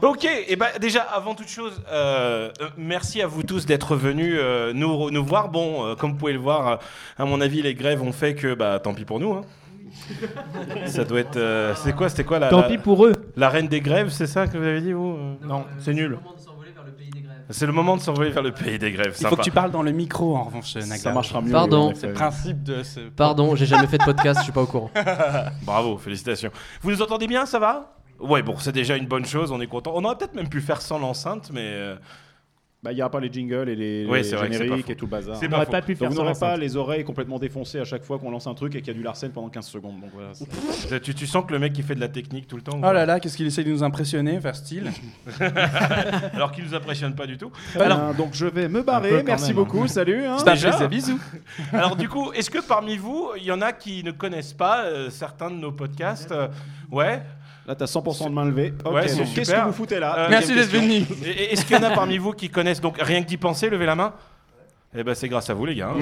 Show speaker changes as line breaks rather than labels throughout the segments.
Ok, et ben déjà, avant toute chose, euh, euh, merci à vous tous d'être venus euh, nous, nous voir. Bon, euh, comme vous pouvez le voir, euh, à mon avis, les grèves ont fait que, bah, tant pis pour nous. hein. Ça doit être. euh, c'est quoi, c'était quoi la,
Tant
la,
pis pour eux.
la reine des grèves C'est ça que vous avez dit, vous euh
Non, c'est nul.
C'est le moment de s'envoler vers le pays des grèves.
Il faut que tu parles dans le micro en revanche, Nagla. Oh
Ça marchera mieux.
Pardon.
C'est
Le principe de ce.
Pardon, j'ai jamais fait de podcast, je suis pas au courant.
Bravo, félicitations. Vous nous entendez bien, ça va Ouais, bon, c'est déjà une bonne chose, on est content. On aurait peut-être même pu faire sans l'enceinte, mais. euh,
Bah, il n'y aura pas les jingles et les,
Oui,
les
c'est vrai que c'est pas
génériques
faux.
et tout le bazar.
C'est
On
pas
n'aurait
faux.
pas pu
Donc,
faire
vous
ça.
n'aurez pas
ensemble.
les oreilles complètement défoncées à chaque fois qu'on lance un truc et qu'il y a du Larsen pendant 15 secondes. Donc voilà, c'est-
Tu, tu sens que le mec, il fait de la technique tout le temps.
Oh là là, qu'est-ce qu'il essaie de nous impressionner, faire style.
Alors qu'il nous impressionne pas du tout.
Hein, donc je vais me
peu
barrer.
quand
Merci
même,
beaucoup. Salut. hein.
C'est un
Déjà
plaisir, bisous.
Alors du coup, est-ce que parmi vous, il y en a qui ne connaissent pas euh, certains de nos podcasts euh, Ouais.
Là, t'as 100% de main levée. Ok,
Ouais, c'est
donc qu'est-ce que
super.
vous foutez là
Euh,
Merci
deuxième
d'être venu.
Et- et- Est-ce qu'il y en a parmi vous qui connaissent Donc rien que d'y penser, levez la main. Eh ben c'est grâce à vous les gars. hein.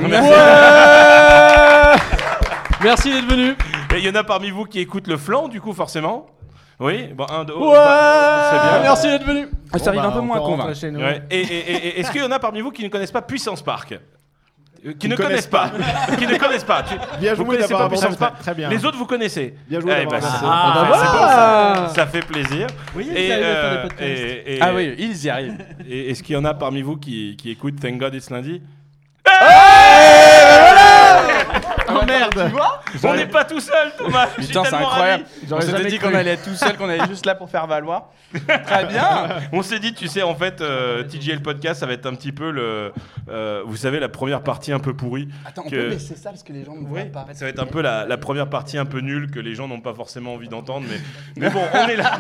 Merci d'être venu.
Et il y en a parmi vous qui écoutent le flanc du coup forcément. Oui. Bon un deux. oh,
Ouais,
c'est bien.
Merci d'être venu. Ah, Ça arrive
Bon,
un
bah,
peu
on
moins à
peut rentrer
convaincre.
chez nous.
Ouais. Et, et- et- et- est-ce qu'il y en a parmi vous qui ne connaissent pas Puissance Park Euh, qui ne connaissent pas, qui ne connaissent pas. Tu-
Bien
vous
joué
connaissez
d'avoir
pas Puissance
abordé.
Park.
Très bien.
Les autres vous connaissez.
Bien joué
Eh ben,
d'avoir
c'est-
abordé.
enfin,
bah
c'est bon,
voilà.
ça, ça fait plaisir.
Oui,
Et,
ils arrivent à faire
euh,
des podcasts.
et- et-
Ah oui, ils y arrivent.
et est-ce qu'il y en a parmi vous qui, qui écoutent Thank God It's Lundi Eh,
Oh merde
On n'est pas tout seul, Thomas je suis
Putain, c'est
tellement
incroyable.
ravi.
On
J'aurais
s'était
jamais
dit
cru.
qu'on allait être tout seul, qu'on allait juste là pour faire valoir. Très bien.
On s'est dit, tu sais, en fait, euh, TGL Podcast, ça va être un petit peu le. euh, vous savez, la première partie un peu pourrie.
Attends, on
Que-
peut baisser ça parce que les gens ne voient Ah, pas. parce
Ça va
que-
être un peu la, la première partie un peu nulle que les gens n'ont pas forcément envie d'entendre, mais, mais bon, on est là.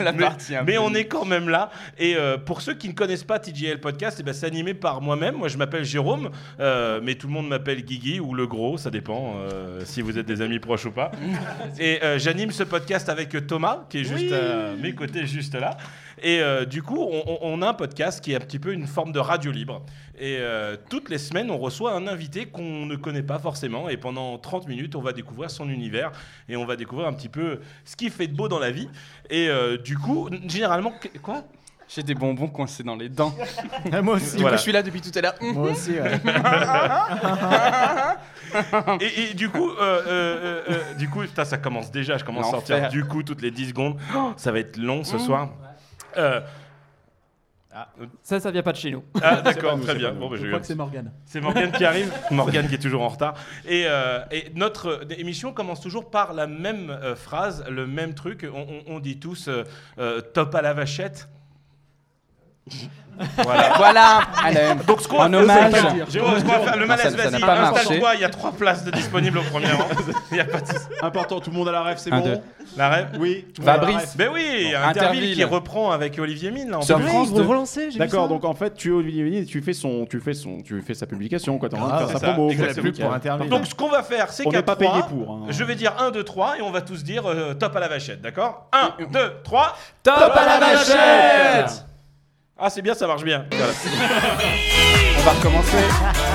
la
mais,
partie. un
mais
peu.
on est quand même là. Et euh, pour ceux qui ne connaissent pas TGL Podcast, eh ben, c'est animé par moi-même. Moi, je m'appelle Jérôme, euh, mais tout le monde m'appelle Guigui ou Le Gros, ça dépend euh, si vous êtes des amis proches ou pas. Et euh, j'anime ce podcast avec Thomas, qui est juste euh, à mes côtés, juste là. Et euh, du coup, on, on- on a un podcast qui est un petit peu une forme de radio libre. Et euh, toutes les semaines, on reçoit un invité qu'on ne connaît pas forcément. Et pendant 30 minutes, on va découvrir son univers et on va découvrir un petit peu ce qui fait de beau dans la vie. Et euh, du coup, n- généralement, qu- quoi
J'ai des bonbons coincés dans les dents.
Moi aussi.
Du coup,
Voilà.
je suis là depuis tout à l'heure. Mmh.
Moi aussi, ouais.
Hein.
et, et du coup, euh, euh, euh, euh, du coup, putain, ça commence déjà. Je commence à
L'enfer.
sortir du coup toutes les 10 secondes. Oh, ça va être long
Mmh.
ce soir. Euh,
Ça, ça vient pas de chez nous.
ah,
pas
d'accord,
nous,
très
c'est
bien.
pas nous.
Bon, bah,
Je
je-
crois que c'est Morgane.
C'est Morgane qui arrive, Morgane qui est toujours en retard. Et, euh, et notre euh, émission commence toujours par la même euh, phrase, le même truc. On, on- on dit tous euh, euh, top à la vachette. voilà.
Voilà. Allez.
Donc ce qu'on
En
va
hommage.
faire, Jérôme, ce qu'on va faire, le
Non, ça-
malaise,
ça n'a
vas-y,
pas marché.
installe-toi, il y a trois places de disponibles au premier rang. Il y a pas de souci.
Important, tout le monde à la rêve, c'est
Un,
bon.
deux.
La rêve
Oui. tout le monde à la
Fabrice.
rêve.
Ben oui,
Bon,
Interville qui
Interville.
reprend avec Olivier Mine. Là, en
Sur
plus.
France
ils vont
2.
relancer, j'ai vu
D'accord,
ça.
donc en fait, tu es Olivier Vénier, tu fais son, tu fais son, tu fais sa publication, quoi, t'es en train
Ah,
de
c'est
faire sa
ça,
promo, quoi,
exactement.
c'est
Plus pour
nickel.
Interville.
Donc ce qu'on va faire, c'est
On
qu'à
n'est pas payé
trois,
pour, hein.
je vais dire 1, 2, 3 et on va tous dire euh, top à la vachette, d'accord 1, 2, 3
Top à la vachette.
Ah, c'est bien, ça marche bien. Voilà.
On va recommencer.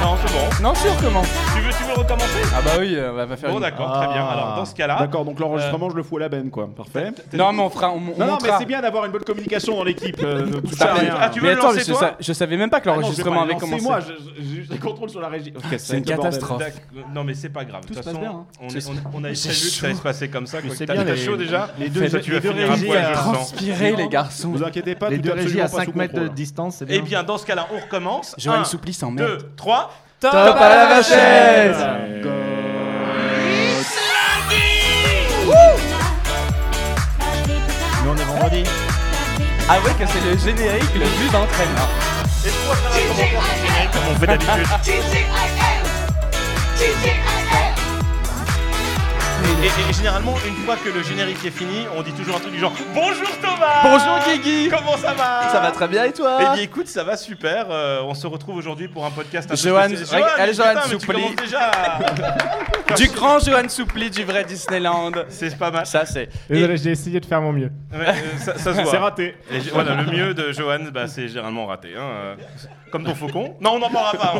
Non, c'est bon.
Non, si on recommence.
Tu veux, tu veux recommencer
Ah bah oui, euh, on va pas faire.
Bon,
une-
d'accord,
Ah.
très bien. Alors, dans ce cas-là,
D'accord, donc l'enregistrement, je le fous à la benne, quoi. Parfait.
Non, mais on fera.
Non,
On,
non, mais
montrera.
c'est bien d'avoir une bonne communication dans l'équipe. euh, ne touche
Ça
à
fait-
rien.
Ah, tu veux
mais
le
attends,
lancer,
je,
toi
sa- je savais même pas que
Ah non, je vais
l'enregistrement
pas le
avait
lancer,
commencé.
moi, je- je- je les contrôle sur la régie. Ok,
C'est une
le bordel.
catastrophe.
D'ac- euh, Non, mais c'est pas grave. De toute
se passe
façon,
bien, hein.
on,
C'est-
est- on, on avait
c'est
prévu que ça allait se passer comme ça.
Mais
quoi.
c'est
T'as
bien,
t'as
les-
chaud déjà
les
Fais-
deux-
Tu
les
vas
deux
finir à
régies,
poil,
euh,
je le sens.
Transpirer les garçons.
Vous inquiétez pas,
Les
tout
deux
est
régies à
absolument pas
5
sous
mètres de
contrôle. hein.
distance, c'est bien.
Eh bien, dans ce cas-là, on recommence.
Joël
1,
Souplice en
2,
merde.
3.
Top
à la vachette
Nous, on est vendredi.
Ah ouais que c'est le générique le plus d'entraînement.
Comme on fait d'habitude. Et, et- et généralement, une fois que le générique est fini, on dit toujours un truc du genre Bonjour Thomas
Bonjour Guigui
Comment ça va
Ça va très bien et toi
Eh bien écoute, ça va super. Euh, on se retrouve aujourd'hui pour un podcast un peu
Johan,
spécial.
reg- allez,
putain,
Johan,
mais tu
Soupli.
commences déjà à-
Du grand Johan Soupli du vrai Disneyland.
C'est pas mal.
Ça c'est.
Désolé, j'ai essayé de faire mon mieux.
Ouais, euh, ça, ça se voit.
C'est raté.
Et j- voilà, le mieux de Johan, bah, c'est généralement raté. hein, euh, Comme ton faucon. Non, on n'en parlera pas.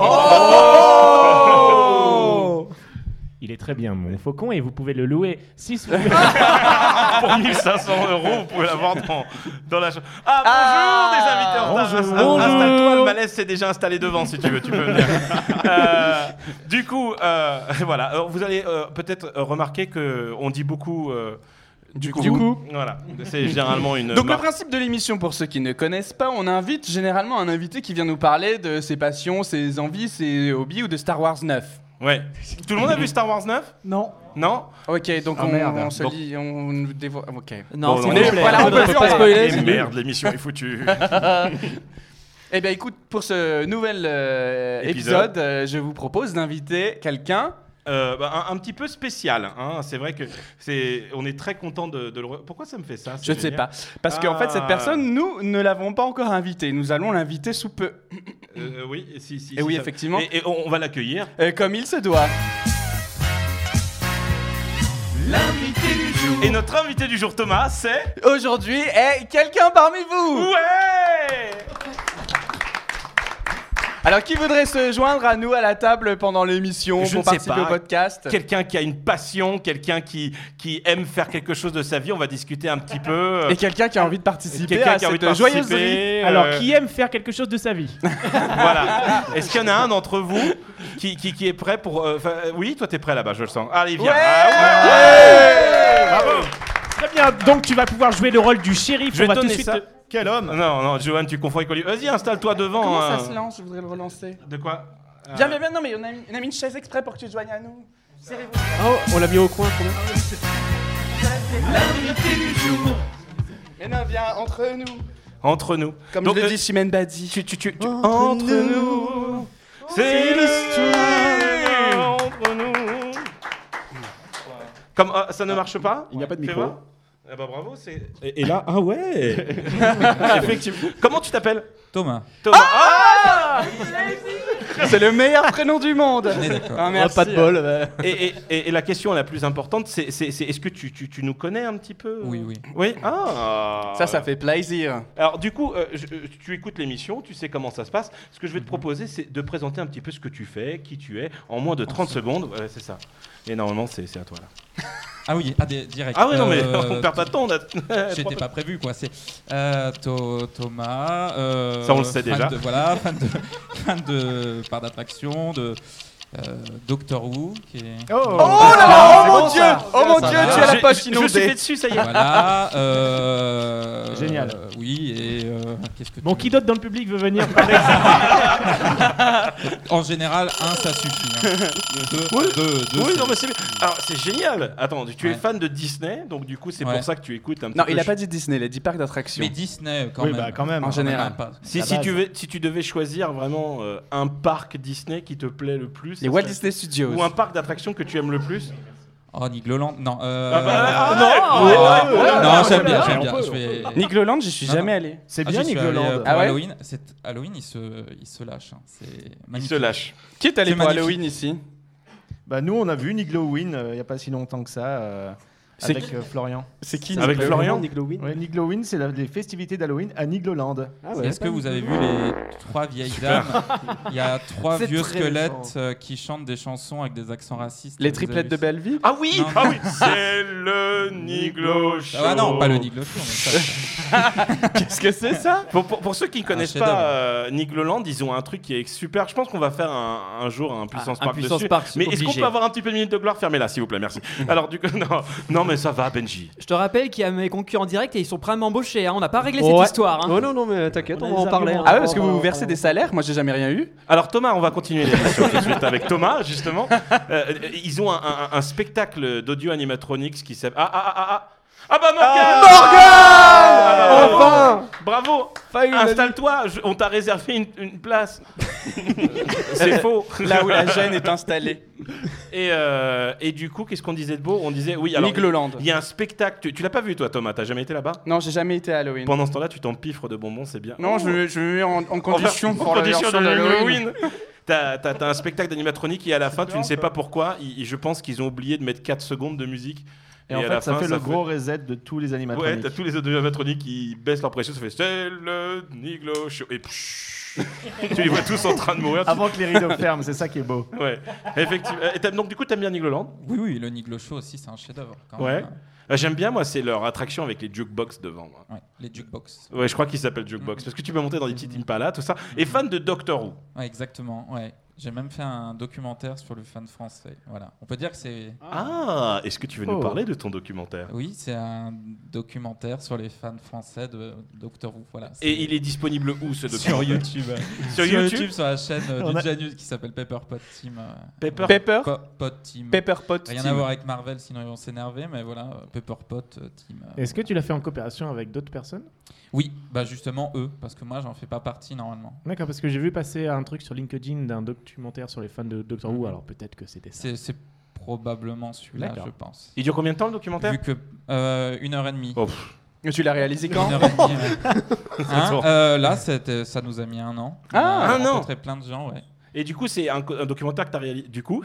Oh
Il est très bien, mon faucon, et vous pouvez le louer si vous voulez.
Pour 1500 euros, vous pouvez l'avoir dans, dans la chambre. Ah,
Ah,
bonjour, des invités en retard.
bonjour.
Installe-toi, le malaise s'est déjà installé devant, si tu veux, tu peux venir. Euh, du coup, euh, voilà, Alors, vous allez euh, peut-être euh, remarquer qu'on dit beaucoup... euh, du coup, euh,
Du coup.
voilà, c'est généralement une.
Donc le
marque.
principe de l'émission, pour ceux qui ne connaissent pas, on invite généralement un invité qui vient nous parler de ses passions, ses envies, ses hobbies ou de Star Wars 9.
Ouais. Tout le monde a vu Star Wars 9
Non.
Non
Ok, donc
Ah,
on,
merde.
on se
Donc-
dit, on nous dévoile. Ok.
Non,
Bon,
s'il
on
vous
est-
plaît,
voilà,
on
on
ne
peut
peut
faire
pas
un-
spoiler.
Et
s'il vous plaît.
merde, l'émission est foutue.
Eh bien, écoute, pour ce nouvel euh,
Épisode.
épisode, euh, je vous propose d'inviter quelqu'un.
Euh, bah, un, un petit peu spécial. hein. C'est vrai que c'est, on est très content de, de le. re- Pourquoi ça me fait ça
Je ne sais pas. Parce qu'en fait, cette
Ah.
personne, nous ne l'avons pas encore invitée. Nous allons l'inviter sous peu.
Euh, oui, si, si.
Et
si,
oui,
ça-
effectivement.
Et, et on, on va l'accueillir.
Euh, comme il se doit.
Et notre invité du jour, Thomas, c'est.
Aujourd'hui est quelqu'un parmi vous.
Ouais.
Alors, qui voudrait se joindre à nous à la table pendant l'émission
Je ne
pour
sais
participer
pas.
au podcast
Quelqu'un qui a une passion, quelqu'un qui qui aime faire quelque chose de sa vie. On va discuter un petit peu. euh,
Et quelqu'un qui a envie de participer
Quelqu'un
à
qui a envie
cette
de participer,
joyeuserie.
euh,
Alors, qui aime faire quelque chose de sa vie
Voilà. Est-ce qu'il y en a un d'entre vous qui, qui, qui est prêt pour. euh, 'fin, euh, oui, toi, t'es prêt là-bas, je le sens. Allez, viens.
Ouais
Ah, ouais. Bravo.
Très bien, donc tu vas pouvoir jouer le rôle du shérif.
Je
on
vais
va
te
tout de
donner
suite.
ça.
te-
Quel homme
Non, non, Johan, tu confonds avec Oli. Vas-y, installe-toi devant.
Comment
hein.
ça se lance Je voudrais le relancer.
De quoi Euh,
Viens, viens, viens. Non, mais on a, mis, on a mis une chaise exprès pour que tu te joignes à nous. Serrez-vous.
Oh, on l'a mis au coin. quand même.
Mais non, viens, entre nous.
Entre nous.
Comme
Donc,
je
euh,
l'ai dit, Chimène Badi.
Entre nous, c'est l'histoire. Entre nous. Comme euh, ça ne marche pas
Ah, Il n'y a pas de
Fais
micro.
voir. Ah bah bravo, c'est.
Et, et là, ah ouais
Effectivement. Ah Comment tu t'appelles
Thomas.
Thomas.
C'est le meilleur prénom du monde.
On est d'accord.
Ah, merci.
pas de bol. bah.
Ah et, et- et- et la question la plus importante, c'est c'est- c'est- est-ce que tu, tu- tu nous connais un petit peu
Oui, oui.
Oui Ah
Ça, ça fait plaisir.
Alors du coup, euh, je- euh, tu écoutes l'émission, tu sais comment ça se passe. Ce que je vais
Mhm.
te proposer, c'est de présenter un petit peu ce que tu fais, qui tu es, en moins de 30 secondes. Voilà, c'est ça. Et normalement, c'est c'est à toi là.
Ah oui, ah, des- direct.
Ah oui, non mais
Euh,
on perd pas de
Ah,
temps. on a-
J'étais pas prévu quoi. C'est euh, Tho- Thomas. euh,
Ça, on le sait
fan
déjà.
de- voilà, fan de, fan de par d'attraction, de euh, Doctor Who. Qui est,
Oh,
là,
C'est
oh mon
bon,
dieu
ça.
Oh mon
Ça
dieu,
va.
tu as la
J'ai-
poche
Je suis fait
inondée.
dessus, ça y est.
Voilà. euh,
Génial.
euh, oui et euh, qu'est-ce que.
Bon,
tu-
qui d'autre dans le public veut venir parler
En général, un ça suffit. hein. Deux,
Oui.
deux, deux,
Oui,
c'est-
non mais c'est alors c'est génial. Attends, tu es
Ouais.
fan de Disney, donc du coup c'est
Ouais.
pour ça que tu écoutes un petit
Non,
peu.
il a pas dit Disney, il a dit parc d'attractions.
Mais Disney quand
Oui,
même.
bah quand même.
En général.
Quand même pas.
Ah,
Si,
la
bah,
si,
base.
tu veux- si tu devais choisir vraiment euh, un parc Disney qui te plaît le plus,
Les
ça
Walt
serait-
Disney Studios.
ou un parc d'attractions que tu aimes le plus.
Oh, Nick Leland, non. euh,
Ah bah, ah,
Oh,
non,
non,
non,
j'aime bien,
bien,
j'aime
on
bien.
peut,
Je vais...
Nick Leland, j'y suis
Non,
jamais allé.
C'est
Ah,
bien,
j'y suis allé, euh,
Nicolas.
pour
Ah ouais
Halloween, c'est Halloween, il se, il se lâche. hein. C'est
Il
magnifique.
se lâche.
Qui est allé
C'est
pour
magnifique.
Halloween ici
Bah, nous, on a vu Nick Lowin il n'y a pas si longtemps que ça. euh,
C'est
Avec euh, Florian.
C'est qui
Avec
Nick Leland
Florian
Ouais, Nick Lowin, c'est la- les festivités d'Halloween à
Ah,
Nigloland.
Ah
Est-ce que vous avez vu les trois vieilles dames Il y a trois
C'est
vieux
très méchant.
squelettes euh, qui chantent des chansons avec des accents racistes.
Les
Vous avez
triplettes
vu
de
ça
Belleville
Ah oui,
Non.
ah oui, c'est le Niglo Show.
Ah non, pas le Nick Leland. mais ça, c'est-
Qu'est-ce que c'est ça
Pour, pour- pour ceux qui ne connaissent
chef-d'œuvre.
pas euh, Nigloland, ils ont un truc qui est super. Je pense qu'on va faire un, un jour un puissance
Ah,
un
park
Puissance
dessus.
Park,
mais est-ce qu'on
obligé.
peut avoir un petit peu de minute de gloire Fermez-la, s'il vous plaît, merci. Alors du coup, non, non, mais ça va, Benji.
Je te rappelle qu'il y a mes concurrents directs et ils sont prêts à m'embaucher. hein. On n'a pas réglé cette
Ouais.
histoire. hein.
Oh non, non, mais t'inquiète,
On
on,
a
va en
des
parler.
arguments.
hein.
Ah ouais, parce que vous vous versez des salaires, moi j'ai jamais rien eu.
Alors Thomas, on va continuer l'émission tout de suite avec Thomas, justement. Euh, euh, ils ont un, un- un spectacle d'audio animatronics qui s'appelle... Ah, ah, ah, ah, ah ah bah Morgan
Enfin
Bravo Ah, Installe-toi, je- on t'a réservé une, une place. C'est faux.
Là où la gêne est installée.
Et, euh, et du coup, qu'est-ce qu'on disait de beau On disait, oui, alors...
Nick Leland.
Il y a un spectacle. Tu, tu l'as pas vu, toi, Thomas T'as jamais été là-bas
Non, j'ai jamais été à Halloween.
Pendant ce temps-là, tu t'empiffres de bonbons, c'est bien.
Non, je me, je me mets en, en condition
Enfin,
pour la
condition
version
de
d'Halloween.
Halloween. T'as t'as- t'as un spectacle d'animatronique et à la fin, tu ne sais pas pourquoi. ils- ils- je pense qu'ils ont oublié de mettre 4 secondes de musique.
Et, en
à
fait,
la
ça
fin,
fait le gros reset de tous les
Ouais,
animatroniques.
t'as tous les autres animatroniques qui baissent leur pression. Ça fait c'est le Niglo Show. Et pshhh. tu les vois tous en train de mourir. tu-
Avant que les rideaux ferment, c'est ça qui est beau.
Ouais, effectivement. Et t'aimes- donc, du coup, t'aimes bien Nigloland
Oui, oui, le Niglo Show aussi, c'est un chef-d'œuvre. quand
Ouais.
même. hein.
Euh, J'aime bien, moi, c'est leur attraction avec les jukebox devant. Moi.
Ouais, Les jukebox.
Ouais, je crois qu'ils s'appellent jukebox. Parce que tu peux monter dans des petites impalas, tout ça. Et fan de Doctor Who.
Ouais, exactement. Ouais. J'ai même fait un documentaire sur le fan français. Voilà. On peut dire que c'est.
Ah, est-ce que tu veux nous
Oh.
parler de ton documentaire
Oui, c'est un documentaire sur les fans français de Doctor Who. Voilà. C'est-
Et il est disponible où ce documentaire
sur YouTube.
Sur YouTube,
sur la chaîne euh,
On
du
a-
Janus qui s'appelle Pepper Pot Team. euh,
Pepper
Pepper
Po- Pot Team.
Pepper Pot
Rien
Team.
à voir avec Marvel, sinon ils vont s'énerver, mais voilà, euh, Pepper Pot euh, Team. euh.
Est-ce que tu l'as fait en coopération avec d'autres personnes
Oui, bah justement eux, parce que moi j'en fais pas partie normalement.
D'accord, parce que j'ai vu passer un truc sur LinkedIn d'un documentaire sur les fans de Doctor Who, alors peut-être que c'était ça.
C'est c'est probablement celui-là,
D'accord.
je pense.
Il dure combien de temps le documentaire
Vu que euh, une heure et demie.
Oh, pff,
Tu l'as réalisé
Une
quand
heure et demie, ouais. Hein,
tourne.
euh, là, c'était- ça nous a mis un an.
Ah,
un an.
On a rencontré plein de gens, ouais.
Et du coup, c'est un, co- un documentaire que t'as réalisé. Du coup,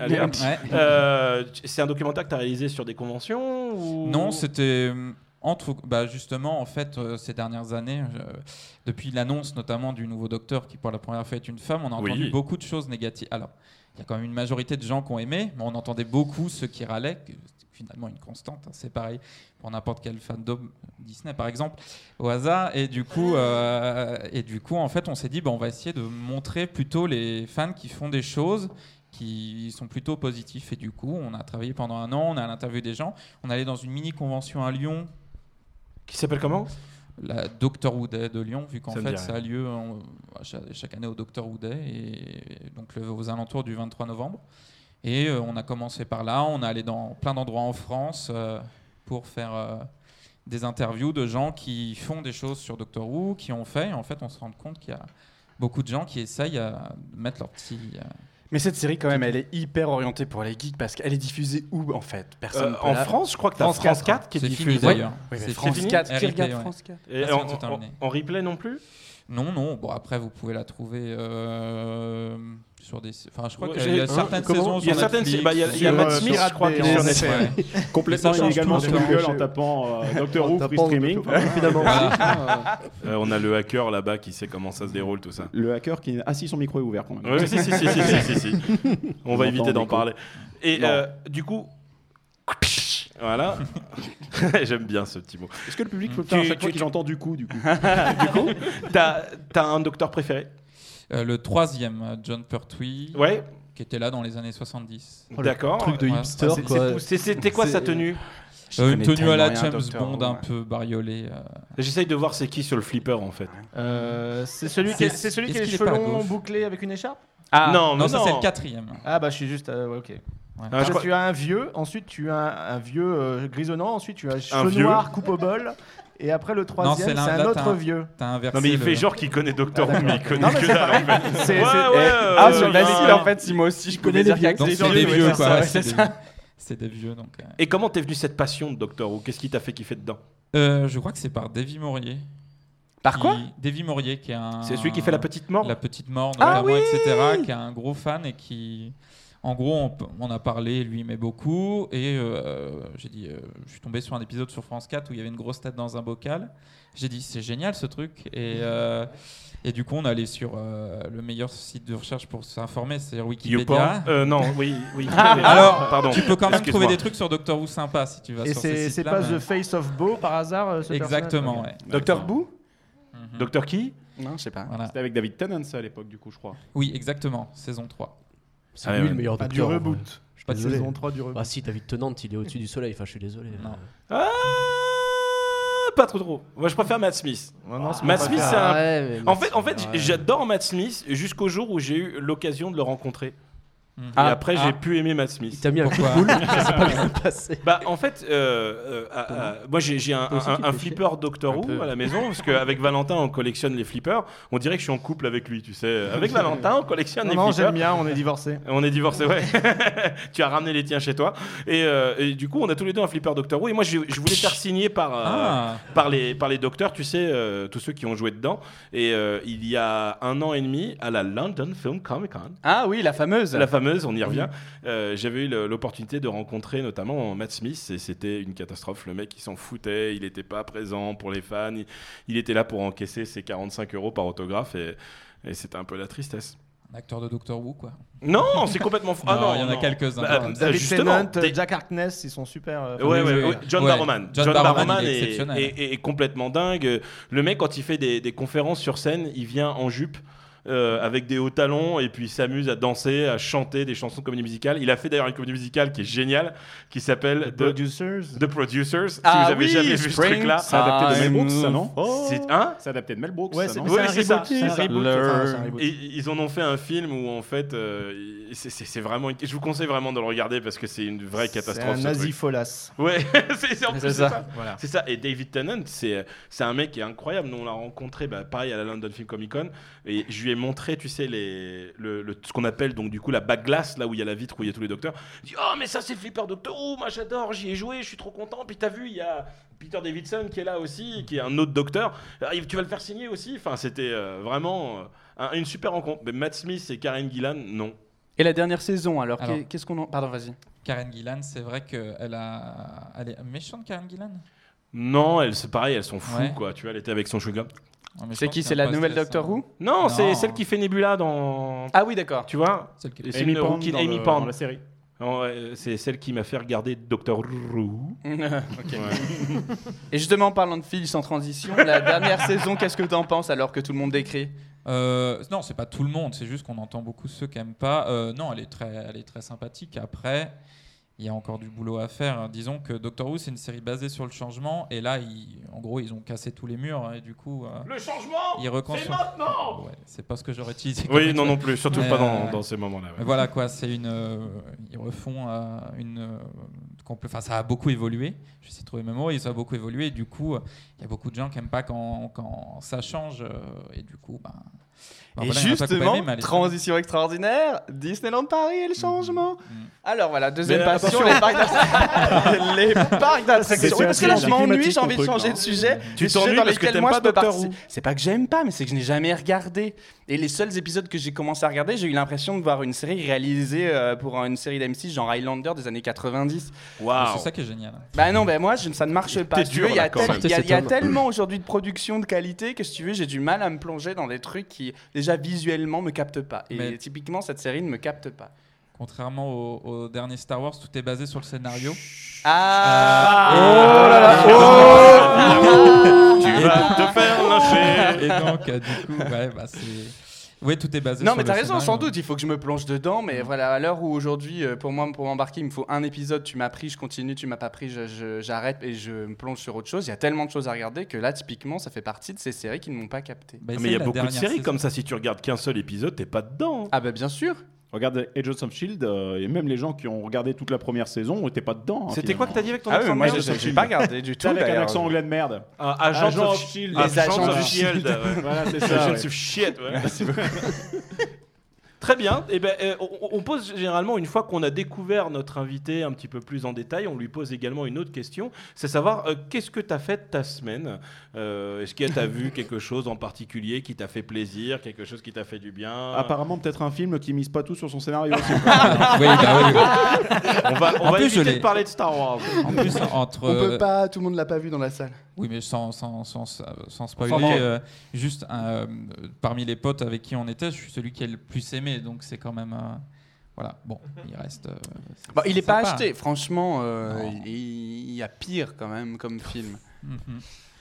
allez, hop.
Ouais.
Euh, tu- c'est un documentaire que t'as réalisé sur des conventions ou...
Non, c'était euh, entre bah justement en fait euh, ces dernières années euh, je- depuis l'annonce notamment du nouveau docteur qui pour la première fois est une femme, on a
Oui.
entendu beaucoup de choses négatives. Alors, il y a quand même une majorité de gens qui ont aimé, mais on entendait beaucoup ceux qui râlaient que c'est finalement une constante, hein, c'est pareil pour n'importe quel fandom Disney par exemple au hasard et du coup euh, et du coup en fait on s'est dit bah, on va essayer de montrer plutôt les fans qui font des choses qui sont plutôt positifs et du coup on a travaillé pendant un an on a l'interview des gens on allait dans une mini convention à Lyon
Qui s'appelle comment
la Doctor Who Day de Lyon vu qu'en
Ça me dit
fait
rien.
ça a lieu en- à cha- chaque année au Doctor Who Day et donc le- aux alentours du 23 novembre et euh, on a commencé par là on est allé dans plein d'endroits en France euh, pour faire euh, des interviews de gens qui font des choses sur Doctor Who, qui ont fait. Et en fait, on se rend compte qu'il y a beaucoup de gens qui essayent euh, de mettre leur petit. euh,
Mais cette série, quand même, elle est hyper orientée pour les geeks parce qu'elle est diffusée où en fait Personne
Euh,
peut
En
la-
France, je crois que t'as
France
France,
4,
4, qui est
c'est
diffusée.
fini d'ailleurs.
Oui, mais
C'est
France
fini.
4, qui
RIP,
regarde
ouais.
France 4
Et
Ah,
en,
c'est
en-
terminé.
en replay non plus
Non, non. Bon, après, vous pouvez la trouver euh, sur des. Enfin, je crois
Ouais,
qu'il y
j'ai-
a
hein,
certaines
comment
saisons.
Il y a
sur
certaines.
Netflix,
bah, Il y a, il y a
sur-
Matt
euh,
Smith, je crois, qui est
Pirate
sur
des-
euh,
Netflix.
Complètement,
Mais ça
il est
change
également
tout
sur
le temps.
Google en tapant euh, Doctor Who
T'as
free
pas
streaming.
envie de- Finalement.
Euh, on a le hacker là-bas qui sait comment ça se déroule, tout ça.
Le hacker qui. Ah si, son micro est ouvert quand même.
Oui, si, si, si, si, si, si, si. On
On
va
entend
éviter d'en
l'écho.
parler. Et
Non.
euh, du coup. Voilà. J'aime bien ce petit mot.
Est-ce que le public peut
Tu-
faire à chaque
tu-
fois
tu-
qu'il entend du coup du coup
du coup, t'as t'as un docteur préféré
Euh, le troisième, euh, John Pertwee,
Ouais,
qui était là dans les années 70.
d'accord.
Oh, de Ouais, hipster,
Ah,
C'est- c'est- c'est- C'était quoi sa tenue
Euh, une tenue à la James Bond hein. un peu bariolée. euh.
J'essaye de voir c'est qui sur le flipper en fait.
Euh, c'est celui
qui est- c'est celui qui a les cheveux longs,
bouclés avec une écharpe
Ah,
non,
non,
Oh, mais
ça c'est le quatrième.
Ah bah je suis juste... euh, ouais, ok.
Ah, je crois-
Tu as un vieux, ensuite tu as un, un vieux euh, grisonnant, ensuite tu as cheveux
vieux.
noirs, coupe au bol, et après le troisième,
c'est
c'est
l'un-
un
là,
autre
t'as un-
vieux.
T'as inversé.
Non, mais il
le- Ah,
fait genre qu'il connaît Doctor Who, mais il connaît
Non, mais
que
c'est
dalle, en fait.
C'est-
Ouais,
c'est-
ouais,
eh,
euh,
ah, sur
Vincent.
facile en fait, si moi aussi je connais les vieux.
Donc
les
c'est
gens
des
qui vont
vieux
faire ça,
quoi.
ouais,
C'est
c'est
des-
ça.
c'est des vieux donc. euh.
Et comment t'es venu cette passion de Doctor Who Qu'est-ce qui t'a fait kiffer dedans
Euh, je crois que c'est par Davy Maurier.
Par quoi
Qui- Davy Maurier qui est un.
C'est celui qui fait la petite mort
Ah. La petite mort,
Ah
notamment, etc., qui est un gros fan et qui. En gros, on, p- on a parlé, lui aimait beaucoup, et euh, j'ai dit, euh, je suis tombé sur un épisode sur France 4 où il y avait une grosse tête dans un bocal. J'ai dit, c'est génial ce truc, et, euh, et du coup, on allait sur euh, le meilleur site de recherche pour s'informer, c'est-à-dire Wikipédia. Ah,
YouPorn Euh, Non, oui, oui.
alors,
pardon.
Tu peux quand même
Excuse-moi.
trouver des trucs sur Doctor Who sympa si tu vas
Et
sur ces
c'est c'est
sites-là.
pas
mais-
The Face of Beau par hasard euh, ce
Exactement,
personnage
ouais.
Docteur Boo
Mhm.
Docteur qui
Non, je sais
Bah.
pas.
Ah.
Voilà.
C'était avec David Tennant ça à l'époque du coup je crois.
Oui, exactement, saison 3.
C'est
Ah,
lui
ouais.
le meilleur
Pas
docteur.
du
en
reboot.
vrai.
Ok.
Pas
Pas
de
de
désolé.
saison 3 du
Ah,
reboot.
Bah si, David Tennant, il est au-dessus du soleil. Enfin, je suis désolé.
Non.
Ah, pas trop trop. Moi, je préfère Matt Smith.
Ouais, non, c'est
Matt
pas
Smith,
grave.
c'est
Ah,
un-
Ouais, mais-
En fait, en fait
Ouais.
j'adore Matt Smith jusqu'au jour où j'ai eu l'occasion de le rencontrer.
Mhm.
Et après, j'ai pu aimer Matt
Il
Smith.
t'a mis un coup de
Pourquoi
boule. Ça s'est pas bien passé.
Bah, en fait, euh, euh, à- à- moi j'ai j'ai un,
Toi aussi,
un-
tu
un
fais
flipper Doctor
Un
Who
peu.
à la maison, parce qu'avec Valentin on collectionne les flippers. On dirait que je suis en couple avec lui, tu sais. Avec Valentin on collectionne
Non,
les
non,
flippers.
j'aime bien, on est divorcés.
On est divorcés, ouais. tu as ramené les tiens chez toi. Et, euh, et du coup, on a tous les deux un flipper Doctor Who. Et moi, je, je voulais faire signer par, euh,
Ah,
par, les, par les docteurs, tu sais, euh, tous ceux qui ont joué dedans. Et euh, il y a un an et demi, à la London Film Comic Con,
Ah oui, la fameuse.
la fameuse, on y revient. Euh, J'avais eu le- l'opportunité de rencontrer notamment Matt Smith et c'était une catastrophe. Le mec, il s'en foutait, il n'était pas présent pour les fans, il, il était là pour encaisser ses 45 euros par autographe et, et c'était un peu la tristesse.
Un acteur de Doctor Who, quoi.
Non, c'est complètement fou. Ah
Non,
non,
il y en a
non.
quelques-uns.
Bah,
Pardon.
David
justement,
Tennant,
des-
Jack Harkness, ils sont super. euh,
Ouais, ouais,
Oui, oui,
ouais.
oui.
John
Ouais.
Barrowman.
John Barrowman, il est
est-
exceptionnel.
est- est- est complètement dingue. Le mec, quand il fait des, des conférences sur scène, il vient en jupe. euh, avec des hauts talons et puis il s'amuse à danser, à chanter des chansons de comédie musicale. Il a fait d'ailleurs une comédie musicale qui est géniale qui s'appelle The,
Producers.
The Producers. Si
Ah
vous avez
oui,
jamais vu ce
Spring
truc-là,
C'est adapté de Mel Brooks, ça,
I'm-
non
c'est hein
C'est adapté de Mel Brooks,
Oh. Ouais,
ça,
c'est
non
mais c'est un
Oui, c'est
reboot.
ça,
C'est un
c'est
reboot.
ça.
enfin, c'est un reboot.
Et ils en ont fait un film où en fait euh, c'est- c'est c'est vraiment une- je vous conseille vraiment de le regarder parce que c'est une vraie catastrophe
C'est
ce
un
truc.
nazi folasse.
Ouais, c'est c'est en plus
C'est
c'est
ça.
ça. C'est ça. Et David Tennant, c'est euh, c'est un mec qui est incroyable. Nous on l'a rencontré, bah, pareil à la London Film Comic Con, et je lui ai montré, tu sais, les le, le- ce qu'on appelle donc du coup la back glace, là où il y a la vitre où il y a tous les docteurs. Je dis oh mais ça c'est le flipper Doctor Who, moi j'adore, j'y ai joué, je suis trop content. Puis t'as vu il y a Peter Davidson qui est là aussi, qui est un autre docteur. Ah, tu vas le faire signer aussi. Enfin c'était euh, vraiment euh, un- une super rencontre. Mais Matt Smith et Karen Gillan, non.
Et la dernière saison, alors,
Alors.
qu'est- qu'est-ce qu'on en. Pardon, vas-y.
Karen Gillan, c'est vrai qu'elle a... elle est méchante, Karen Gillan
Non, elles c'est pareil, elles sont fous
Ouais.
quoi. Tu vois, elle était avec son chewing-gum.
Ouais, mais je
C'est
pense
qui
qu'il y a
C'est la
pas
nouvelle
stress,
Doctor
hein.
Who
Non, c'est
Non.
celle qui fait Nebula dans.
Ah oui, d'accord.
Tu vois
Celle qui-
Et c'est
Amy
une
Pond
rookie,
dans
Amy
le-
Pond.
dans la série.
Oh, ouais, c'est celle qui m'a fait regarder Doctor Who.
Ok. Et justement, en parlant de filles sans transition, la dernière saison, qu'est-ce que t'en penses alors que tout le monde décrit
Euh, non, c'est pas tout le monde, c'est juste qu'on entend beaucoup ceux qui n'aiment pas. Euh, non, elle est, très, elle est très sympathique. Après, il y a encore du boulot à faire. Disons que Doctor Who, c'est une série basée sur le changement, et là, ils- en gros, ils ont cassé tous les murs, hein, et du coup, euh,
Le changement
ils reconstruisent.
maintenant
Ouais, c'est pas ce que j'aurais utilisé. comme
Oui,
expression.
non, non plus, surtout
Mais,
pas dans,
euh,
dans ces moments-là. ouais.
Mais voilà quoi, c'est une. euh, ils refont euh, une. euh, compl- Enfin, ça a beaucoup évolué. Je vais essayer de trouver mes mots. Et ça a beaucoup évolué. Et du coup, euh, il y a beaucoup de gens qui n'aiment pas quand, quand ça change. euh, et du coup, ben. ben
Et
voilà, il y en a pas qui ont pas
justement,
aimé, mais elle est-
transition extraordinaire, Disneyland Paris et le changement.
Mm.
Alors voilà, deuxième
Mais
passion, les parcs d'attractions. les parcs d'attractions. Oui, parce que là, je
C'est
m'ennuie,
climatique,
j'ai envie de
ton truc,
changer
non
de sujet.
Tu
des sujets
t'ennuies
dans
parce que
lesquels
t'aimes
moi,
pas
je peux
Doctor
participer. C'est pas que j'aime pas, mais c'est que je n'ai jamais regardé. Et les seuls épisodes que j'ai commencé à regarder, j'ai eu l'impression de voir une série réalisée euh, pour une série d'M6 genre Highlander des années 90.
Waouh
C'est ça qui est génial.
Bah non, bah moi, je- ça ne marche pas.
T'es
Si tu
dur,
veux, Il y a,
là, quand
tel-
même.
il y a- il y a
Cet homme.
tellement aujourd'hui de production de qualité que si tu veux, j'ai du mal à me plonger dans des trucs qui, déjà visuellement, me captent pas. Et
Mais-
typiquement, cette série ne me capte pas.
Contrairement au, au dernier Star Wars, tout est basé sur le scénario.
Ah,
Euh,
Oh là là Oh.
Tu vas te faire lâcher
Et donc, euh, du coup, ouais, bah c'est. Oui, tout est basé
Non,
sur
mais
le
t'as raison,
scénario.
sans doute, il faut que je me plonge dedans. Mais voilà, à l'heure où aujourd'hui, euh, pour moi, pour m'embarquer, il me faut un épisode. Tu m'as pris, je continue, tu m'as pas pris, je- je- j'arrête et je me plonge sur autre chose. Il y a tellement de choses à regarder que là, typiquement, ça fait partie de ces séries qui ne m'ont pas capté.
Mais
Bah,
il y
c'est
a
la
beaucoup de
dernière
séries
saison.
comme ça, si tu regardes qu'un seul épisode, t'es pas dedans.
Ah, bah bien sûr.
Regarde Agents of Shield, euh, et même les gens qui ont regardé toute la première saison n'étaient pas dedans. hein,
C'était quoi que t'as dit avec ton
Ah, oui,
accent
moi,
de
j'ai-
merde
j'ai pas regardé du tout.
C'est avec un
d'ailleurs.
accent anglais de merde.
Ah, Agents
Agents
of
of
Shield.
Shield.
Les agents
of
de
Shield. Ah ouais.
Voilà, c'est ça.
Agents
ouais.
of Shield, ouais. Très bien. Et ben, euh, on, on pose généralement, une fois qu'on a découvert notre invité un petit peu plus en détail, on lui pose également une autre question, c'est savoir euh, qu'est-ce que tu as fait de ta semaine Euh, Est-ce que tu as vu quelque chose en particulier qui t'a fait plaisir, quelque chose qui t'a fait du bien
Apparemment, peut-être un film qui mise pas tout sur son scénario. aussi.
Oui, bah oui, oui.
On va, on
En
va
plus, je
éviter
l'ai.
de parler de Star Wars.
En plus, entre.
On peut pas, tout le monde l'a pas vu dans la salle.
Oui, mais sans, sans, sans, sans spoiler,
mentir.
euh, juste euh, euh, parmi les potes avec qui on était, je suis celui qui est le plus aimé, donc c'est quand même. euh, voilà, bon, il reste. euh, c'est-
Bah, il
c'est
est pas
sympa.
acheté, franchement, euh,
Non.
il- il y a pire quand même comme film.
Mhm.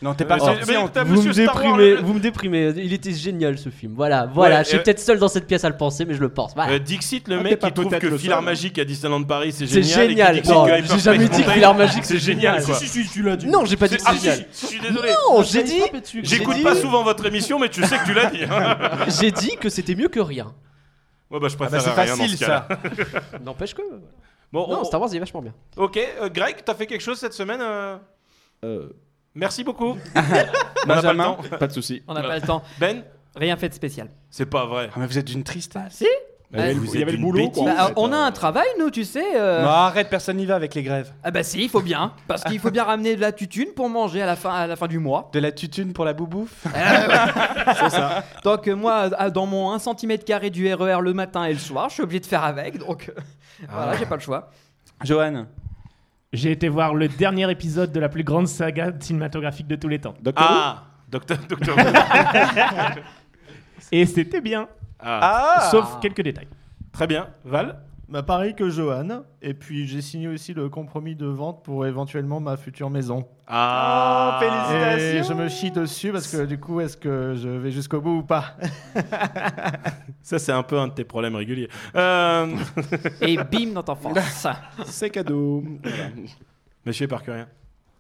Non, t'es pas
Mais
sorti
c'est- Euh, mais
en-
t'as
Vous
monsieur
me
Star Wars,
déprimez,
le-
vous me déprimez. Il était génial ce film. Voilà, voilà.
Ouais,
je suis
euh,
peut-être seul dans cette pièce à le penser, mais je le pense. Voilà.
Euh, Dixit, le
Ah, t'es
mec,
pas
il trouve
peut-être
que
le
Filar
seul.
Magique à Disneyland Paris, c'est
C'est
génial. et qu'il
génial.
dit que
Non,
Hyper
j'ai jamais
Space
dit que
Mountain,
l'art magique
C'est génial, quoi.
tu l'as dit. Non, j'ai pas dit que
Ah,
c'est
si,
génial.
si, je suis désolé.
Non, j'ai dit.
J'écoute
dit-
pas souvent votre émission, mais tu sais que tu l'as dit. hein.
J'ai dit que c'était mieux que rien.
ouais, bah, je
Ah bah,
préfère
c'est
rien dans
facile
ce cas-là.
ça.
N'empêche que.
Bon,
Non,
on-
Star Wars il est vachement bien.
Ok, euh, Greg, t'as fait quelque chose cette semaine euh
Euh,
Merci beaucoup. On n'a pas le
Benjamin.
temps.
pas de souci.
On n'a pas le temps.
Ben,
Rien fait de spécial.
c'est pas vrai.
Ah, mais vous êtes d'une tristesse.
si
Bah,
Ouais.
vous
Il y
êtes
avait le
une
boulot,
bêtise.
quoi.
Bah,
en fait,
on a
euh.
un travail, nous, tu sais. euh,
arrête, personne n'y va avec les grèves.
Ah bah si, il faut bien. Parce qu'il faut bien ramener de la tutune pour manger à la fin, à la fin du mois.
De la tutune pour la boubouffe
Donc euh, moi, ah, dans mon 1 cm du RER le matin et le soir, je suis obligé de faire avec. Donc euh, voilà, j'ai pas le choix.
Johan,
J'ai été voir le dernier épisode de la plus grande saga cinématographique de tous les temps.
Doctor Who
Ah Docteur, Docteur Who.
Et c'était bien,
Ah.
sauf quelques détails.
Très bien. Val
Bah, pareil que Johan. Et puis j'ai signé aussi le compromis de vente pour éventuellement ma future maison.
Ah
Et je me chie dessus parce que du coup, est-ce que je vais jusqu'au bout ou pas
Ça, c'est un peu un de tes problèmes réguliers. Euh,
Et bim dans ta face.
C'est cadeau. Voilà.
Monsieur Parcurien.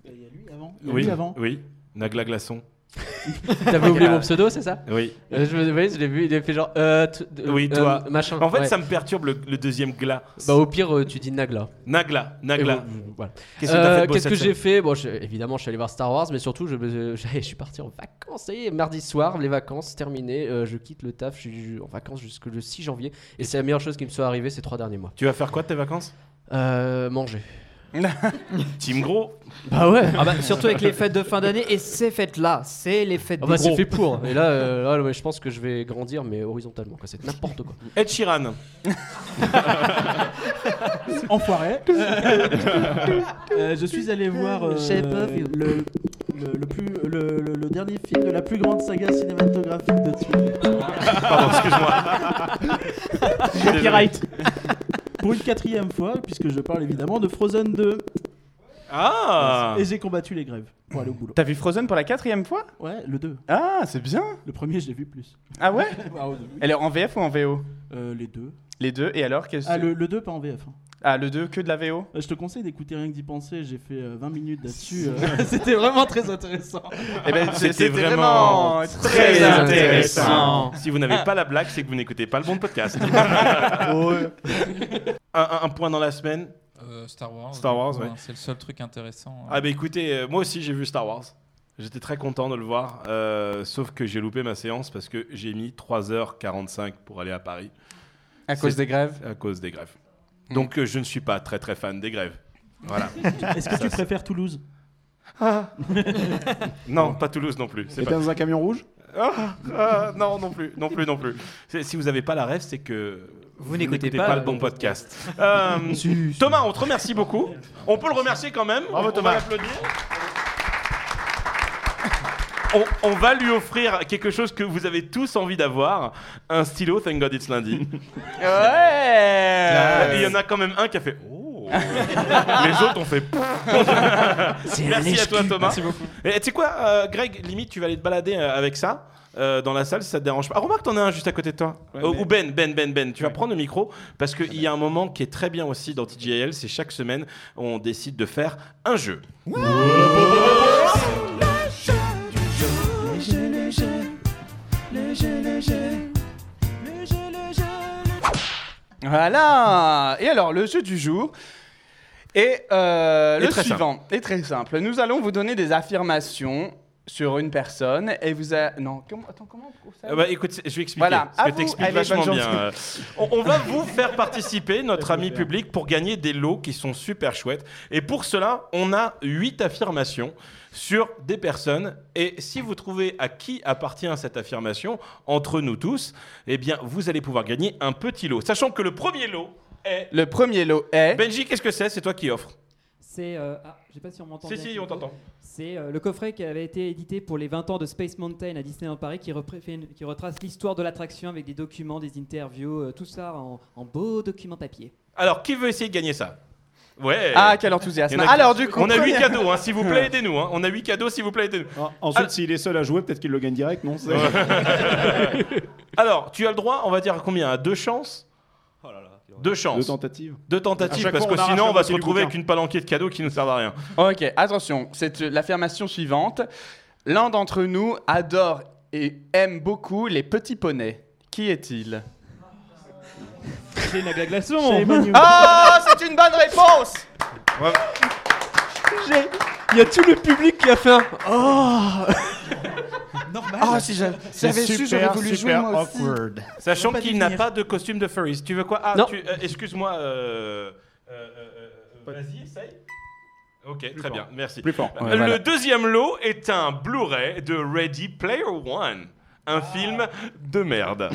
Il y a lui avant.
Oui. Oui. Nagla Glaçon.
T'avais oublié mon pseudo, c'est ça
Oui.
Euh, je, me- oui, je l'ai vu, il a fait genre. Euh, t- euh,
Oui,
euh,
toi.
machin.
En fait,
ouais.
ça me perturbe le, le deuxième glas.
Bah, au pire, euh, tu dis Nagla.
Nagla,
Et
Nagla.
bon, bon, voilà.
Qu'est-ce que t'as fait
Euh,
de beau
Qu'est-ce
cette
que j'ai
semaine
fait Bon, je- évidemment, je suis allé voir Star Wars, mais surtout, je, me- je- je suis parti en vacances. Ça y est, mardi soir, les vacances terminées. euh, je quitte le taf, je suis en vacances jusque le 6 janvier. Et c'est la meilleure chose qui me soit arrivée ces trois derniers mois.
Tu vas faire quoi de tes vacances
Euh, manger.
Team Gros.
Bah ouais
Ah bah, surtout avec les fêtes de fin d'année et ces fêtes-là, c'est les fêtes
Ah
des
bah c'est
gros.
fait pour. Et là, euh, là, ouais, je pense que je vais grandir, mais horizontalement. quoi. C'est n'importe quoi.
Ed Sheeran.
Enfoiré. Euh, je suis allé voir euh,
Shape of you.
le, le, le plus, le, le- le dernier film de la plus grande saga cinématographique de tous.
Pardon, excuse-moi. Je suis désolé.
Copyright.
Pour une quatrième fois, puisque je parle évidemment de Frozen 2.
Ah
Et j'ai combattu les grèves pour aller au boulot.
t'as vu Frozen pour la quatrième fois
Ouais, le 2.
Ah, c'est bien
Le premier, je l'ai vu plus.
Ah ouais
Ah, ouais, oui.
Elle est en VF ou en VO
Euh, les deux.
Les deux, et alors qu'est-ce
Ah, le, le 2, pas en VF. hein.
Ah, le 2, que de la VO
Euh, Je te conseille d'écouter rien que d'y penser. J'ai fait euh, 20 minutes là-dessus. euh, C'était vraiment très intéressant.
Eh ben,
C'était
c'était
vraiment
vraiment
Très
intéressant.
intéressant. Si vous n'avez pas la blague, c'est que vous n'écoutez pas le bon podcast. un, un- un point dans la semaine.
Euh, Star Wars.
Star
du
Wars,
coup,
ouais.
hein, C'est le seul truc intéressant.
Ah bah écoutez, euh, moi aussi j'ai vu Star Wars. J'étais très content de le voir, euh, sauf que j'ai loupé ma séance parce que j'ai mis 3h45 pour aller à Paris
À cause des grèves
à cause des grèves.
Hmm.
Donc euh, je ne suis pas très très fan des grèves. Voilà.
Est-ce que tu préfères Toulouse
non, pas Toulouse non plus. c'est
Et
pas-
t'es dans un camion rouge
Ah, ah, non, non plus, non plus, non plus. C'est- Si vous n'avez pas la rêve, c'est que
Vous n'écoutez pas,
le
euh,
bon podcast. Euh, Thomas, on te remercie beaucoup. On peut le remercier quand même. on, on va l'applaudir. On, on va lui offrir quelque chose que vous avez tous envie d'avoir, un stylo. Thank God it's lundi.
Ouais
Et Il y en a quand même un qui a fait. Oh. Les autres ont fait. Merci à toi Thomas.
Merci beaucoup.
Et tu sais quoi, euh, Greg, limite, tu vas aller te balader euh, avec ça euh, dans la salle si ça te dérange pas. Ah, remarque, t'en as un juste à côté de toi.
Ouais,
Ou-
mais-
Ou Ben, Ben, Ben, Ben. Tu vas
Ouais.
prendre le micro parce qu'il y a un moment qui est très bien aussi dans TJL. C'est chaque semaine, on décide de faire un jeu.
Voilà Et alors, le jeu du jour est euh,
Et
le
très
suivant. Est très simple. Nous allons vous donner des affirmations sur une personne et vous... A... Non, comment... Attends, comment on trouve ça
Euh, bah, écoute, c'est- je vais expliquer.
Voilà.
Parce
À
que
vous,
t'expliques
allez,
vachement
bonne
bien.
journée.
euh. on, on va vous faire participer, notre ami public, pour gagner des lots qui sont super chouettes. Et pour cela, on a huit affirmations sur des personnes. Et si vous trouvez à qui appartient cette affirmation, entre nous tous, eh bien, vous allez pouvoir gagner un petit lot. Sachant que le premier lot est...
Le premier lot est...
Benji, qu'est-ce que c'est C'est toi qui offres.
C'est. euh, ah, je sais pas si on m'entend.
Si,
bien
si,
du
on
coup.
t'entend.
C'est euh, le coffret qui avait été édité pour les 20 ans de Space Mountain à Disneyland Paris qui, repré- fait une- qui retrace l'histoire de l'attraction avec des documents, des interviews, euh, tout ça en, en beaux documents papier.
Alors, qui veut essayer de gagner ça Ouais
Ah, quel enthousiasme
Il y en a-
Alors, du coup...
On a huit
premier-
cadeaux, hein, s'il vous plaît, aidez-nous. hein. On a huit cadeaux, s'il vous plaît, aidez-nous.
Ah, Ensuite, s'il est seul à jouer, peut-être qu'il le gagne direct, non c'est-
Alors, tu as le droit, on va dire combien À deux chances
Oh
Deux
Deux
chances.
tentatives.
Deux
À
tentatives,
chaque
parce
fois,
que
on arrache
sinon
la
on va se
moitié du
retrouver
bouquin.
avec une palanquée de cadeaux qui ne servent à rien.
Ok, attention, c'est euh, l'affirmation suivante. L'un d'entre nous adore et aime beaucoup les petits poneys. Qui est-il
C'est Nagla Glaçon
Ah, c'est une bonne réponse
Il y a tout le public qui a fait un. Oh
Non, normal.
Ah, si j'avais- si j'avais su, j'aurais voulu jouer moi aussi.
Sachant
On va pas
qu'il n'a
définir.
pas de costume de furries. Tu veux quoi Ah,
Non.
tu- euh, excuse-moi. euh, euh, euh, euh, Vas-y, essaye. Ok, très bien, merci.
Plus fort.
Euh,
Ouais,
le
voilà.
deuxième lot est un Blu-ray de Ready Player One. Un
Ah.
film de merde.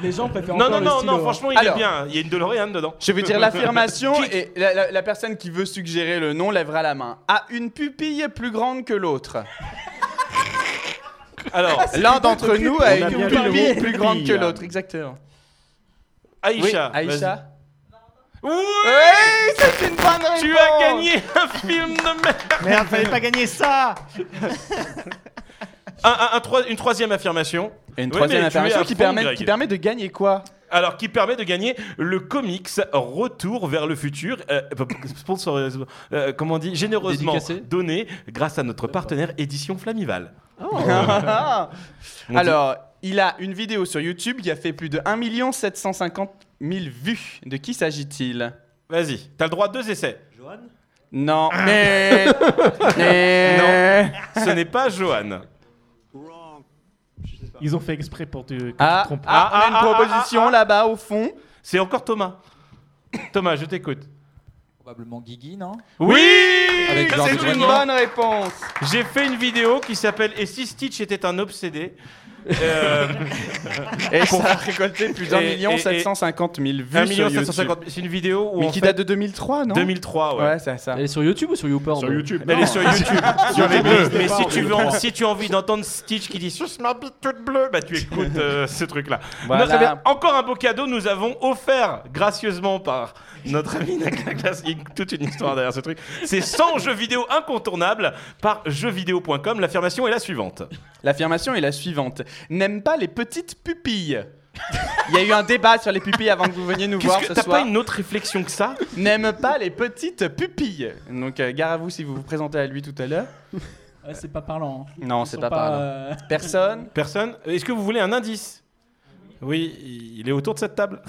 Les gens préfèrent
non, non,
encore le
non,
stylo,
non,
hein.
franchement, il
Alors.
est bien. Il y a une DeLorean dedans.
Je vais dire l'affirmation et la, la- la personne qui veut suggérer le nom lèvera la main. A une pupille plus grande que l'autre.
Alors,
L'un d'entre nous
On
a
a
une
bien vu le
pupille
mot
plus grande que
pupille,
l'autre, exactement.
hein. Aïcha.
Oui, Aïcha.
Oui,
c'est une bonne réponse.
Tu as gagné un film de merde.
Merde, fallait pas gagner ça
Un- un- un troi- une troisième affirmation.
Et une
Ouais,
troisième
mais tu es
affirmation
à
qui
fond,
permet,
Greg.
qui permet de gagner quoi
Alors, qui permet de gagner le comics Retour vers le futur, euh, euh, sponsorisé- euh, comment on dit, généreusement
Dédicacé.
donné grâce à notre partenaire Édition Flamival. On dit-
Alors, il a une vidéo sur YouTube qui a fait plus de 1 750 000 vues. De qui s'agit-il
Vas-y, t'as le droit à deux essais.
Non.
Ah.
Mais. Mais-
Ce n'est pas Johan.
Ils ont fait exprès pour te, que tu te
Ah,
trompes.
ah, on a
Ah, ah,
une proposition là-bas au fond.
C'est encore Thomas. Thomas, je t'écoute.
Probablement Guigui, non
Oui
Avec Georges
C'est
C'est
une
une
Joignon.
bonne-
bonne réponse.
J'ai fait une vidéo qui s'appelle Et si Stitch était un obsédé Euh,
Et ça a récolté plus d'un
Et-
million
et- et-
750 000 vues.
1
sur YouTube.
750 C'est une vidéo où
Mais
en
qui
fait-
date de 2003, non
2003, ouais.
Ouais, c'est ça.
Elle est sur YouTube ou sur YouPorn
Sur hein YouTube.
Eh ben, Elle est sur YouTube.
Sur les deux.
Mais si tu, veux,
en
si tu as envie d'entendre Stitch qui dit Suce ma bite toute bleue, bah tu écoutes euh, ce truc-là.
Voilà.
Non, très bien. Encore un beau cadeau, nous avons offert gracieusement par notre ami Nakaglas, il y a toute une histoire derrière ce truc. C'est 100 jeux vidéo incontournables par jeuxvideo.com. L'affirmation est la suivante.
L'affirmation est la suivante. N'aime pas les petites pupilles. Il y a eu un débat sur les pupilles avant que vous veniez nous
Qu'est-ce
voir
que
ce
t'as pas
soir.
une autre réflexion que ça
N'aime pas les petites pupilles. Donc, euh, gare à vous si vous vous présentez à lui tout à l'heure.
Ouais, c'est pas parlant. hein.
Non,
Ils
c'est
sont
pas parlant.
euh,
Personne.
Personne Est-ce que vous voulez un indice Oui, il est autour de cette table.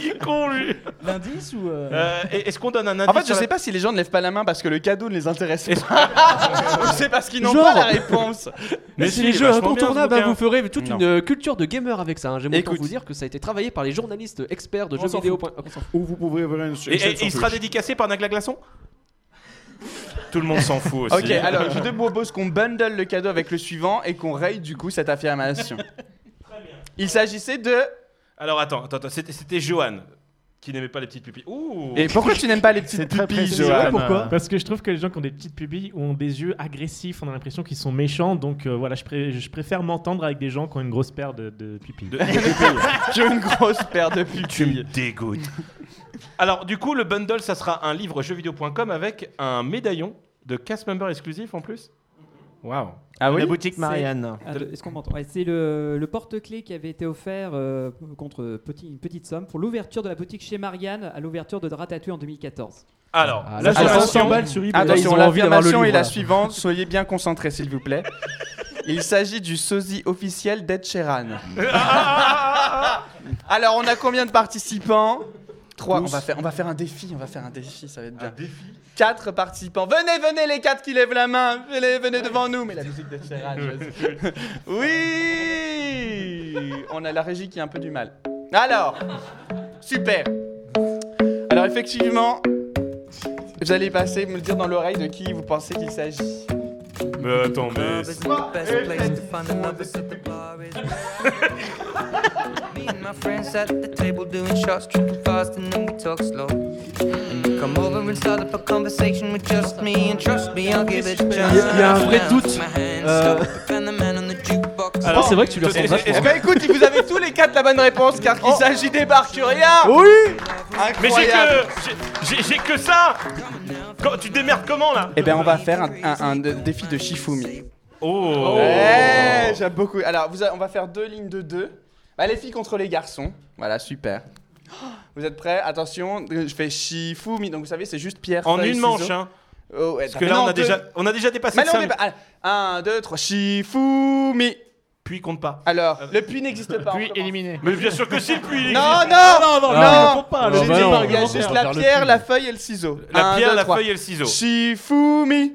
il est con lui.
L'indice ou. euh,
Euh, Est-ce qu'on donne un indice
En fait, je
sur la-
sais pas si les gens ne lèvent pas la main parce que le cadeau ne les intéresse
Est-ce-
pas. Ou c'est parce qu'ils n'ont
Genre.
pas la réponse.
Mais
Mais
si,
c'est les jeux
vachement bien, ce
incontournables, hein,
bouquin.
vous ferez toute
Non.
une euh, culture de gamer avec ça. hein. J'aime autant
Écoute.
vous dire que ça a été travaillé par les journalistes experts de
On
jeux
s'en
vidéo.
fout.
Oh,
Ou vous pouvez ouvrir
Et,
une une chaîne
et-
sur
il sera
Twitch.
dédicacé par Nagla Glaçon Tout le monde s'en fout aussi.
Ok, alors je te propose qu'on bundle le cadeau avec le suivant et qu'on raye du coup cette affirmation. Il s'agissait de.
Alors, attends, attends, attends, c'était, c'était Johan qui n'aimait pas les petites pupilles. Ouh
Et pourquoi tu n'aimes pas les petites
Très
pupilles,
précis,
Johan
ouais, pourquoi
Parce que je trouve que les gens qui ont des petites pupilles ont des yeux agressifs, on a l'impression qu'ils sont méchants, donc euh, voilà, je, pré- je préfère m'entendre avec des gens qui ont une grosse paire de, de pupilles.
De-
J'ai une grosse paire de
Tu me
pupilles.
dégoûtes. alors, du coup, le bundle, ça sera un livre jeuxvideo.com avec un médaillon de cast member exclusif en plus Waouh
Ah
La boutique
C'est-
Marianne.
Ah, de- Est-ce qu'on m'entend Ouais, C'est le, le porte-clé qui avait été offert euh, contre petit- une petite somme pour l'ouverture de la boutique chez Marianne à l'ouverture de Ratatouille en 2014.
Alors,
Ah,
la
Là,
là,
c'est
Attention.
500 balles sur eBay.
Attention,
Ils ont envie d'avoir le
l'affirmation est
livre,
la
là.
suivante. Soyez bien concentrés, s'il vous plaît. Il s'agit du sosie officiel d'Ed Sheeran. Alors, on a combien de participants Trois. On va, faire, on va faire un défi. On va faire un défi. Ça va être bien. Quatre participants. Venez, venez, les quatre qui lèvent la main. Venez, venez devant nous. Mais la musique d'Ed Sheeran. vas-y. oui. On a la régie qui a un peu du mal. Alors, super. Alors effectivement, vous allez passer me dire dans l'oreille de qui vous pensez qu'il s'agit.
Mais attends, mais.
Me and my friends at the table doing shots, tripping fast, and then we talk slow. And you come over and start up a conversation with just me, and trust me, I'll give it a chance.
Il y a- il y a un vrai doute.
My hand
Euh.
stuck and the man on the jukebox.
Alors,
c'est vrai que tu lui ressembles
est-ce-
vachement.
est-ce
Eh ben écoute, vous avez tous les quatre la bonne réponse car il s'agit des Barcuria
Oui
Oh. Mais j'ai
Incroyable
que, j'ai, j'ai- j'ai que ça Quand- Tu te démerdes comment là
Eh ben on va faire un, un- un dé- défi de Shifumi.
Oh,
Ouais, j'aime beaucoup. Alors vous a- on va faire deux lignes de deux. Bah, les filles contre les garçons. Voilà, super. Vous êtes prêts Attention, je fais Shifumi. Donc vous savez, c'est juste pierre.
En
feuille,
une manche,
ciseaux.
hein
Oh, ouais,
Parce que
t'as-
là,
non,
on a,
deux.
déjà, on a déjà dépassé
Mais
le
non, on
cinq.
est pas. 1, 2, 3, Shifumi.
puits compte pas.
Alors, le puits
Euh,
n'existe pas. Puits
éliminé.
Mais bien sûr que si, le puits, il
Non,
existe.
Ah, non, non, non,
il compte pas, le
J'ai
puits,
dit,
non,
il y a
non,
juste
non,
la
non, le
pierre,
puits.
la feuille et le ciseau.
La
Un,
pierre,
deux,
la
trois.
feuille et le ciseau.
Shifumi.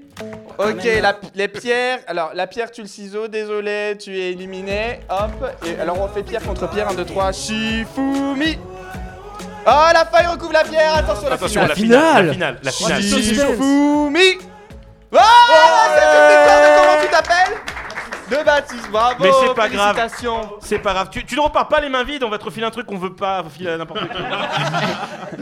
Ok,
merde.
la- les pierres. Alors, la pierre tue le ciseau, désolé, tu es éliminé. Hop, et alors on fait pierre contre pierre, 1, 2, 3, Shifumi. Oh, la feuille recouvre la pierre, attention, la
Attention,
finale.
la finale, la finale, la finale. Oh, le suspense.
Shifumi. Voilà, c'est une victoire de comment tu t'appelles De Baptiste, bravo.
Mais c'est pas grave.
félicitations.
C'est pas grave. Tu, tu ne repars pas les mains vides, on va te refiler un truc qu'on veut pas filer à n'importe qui.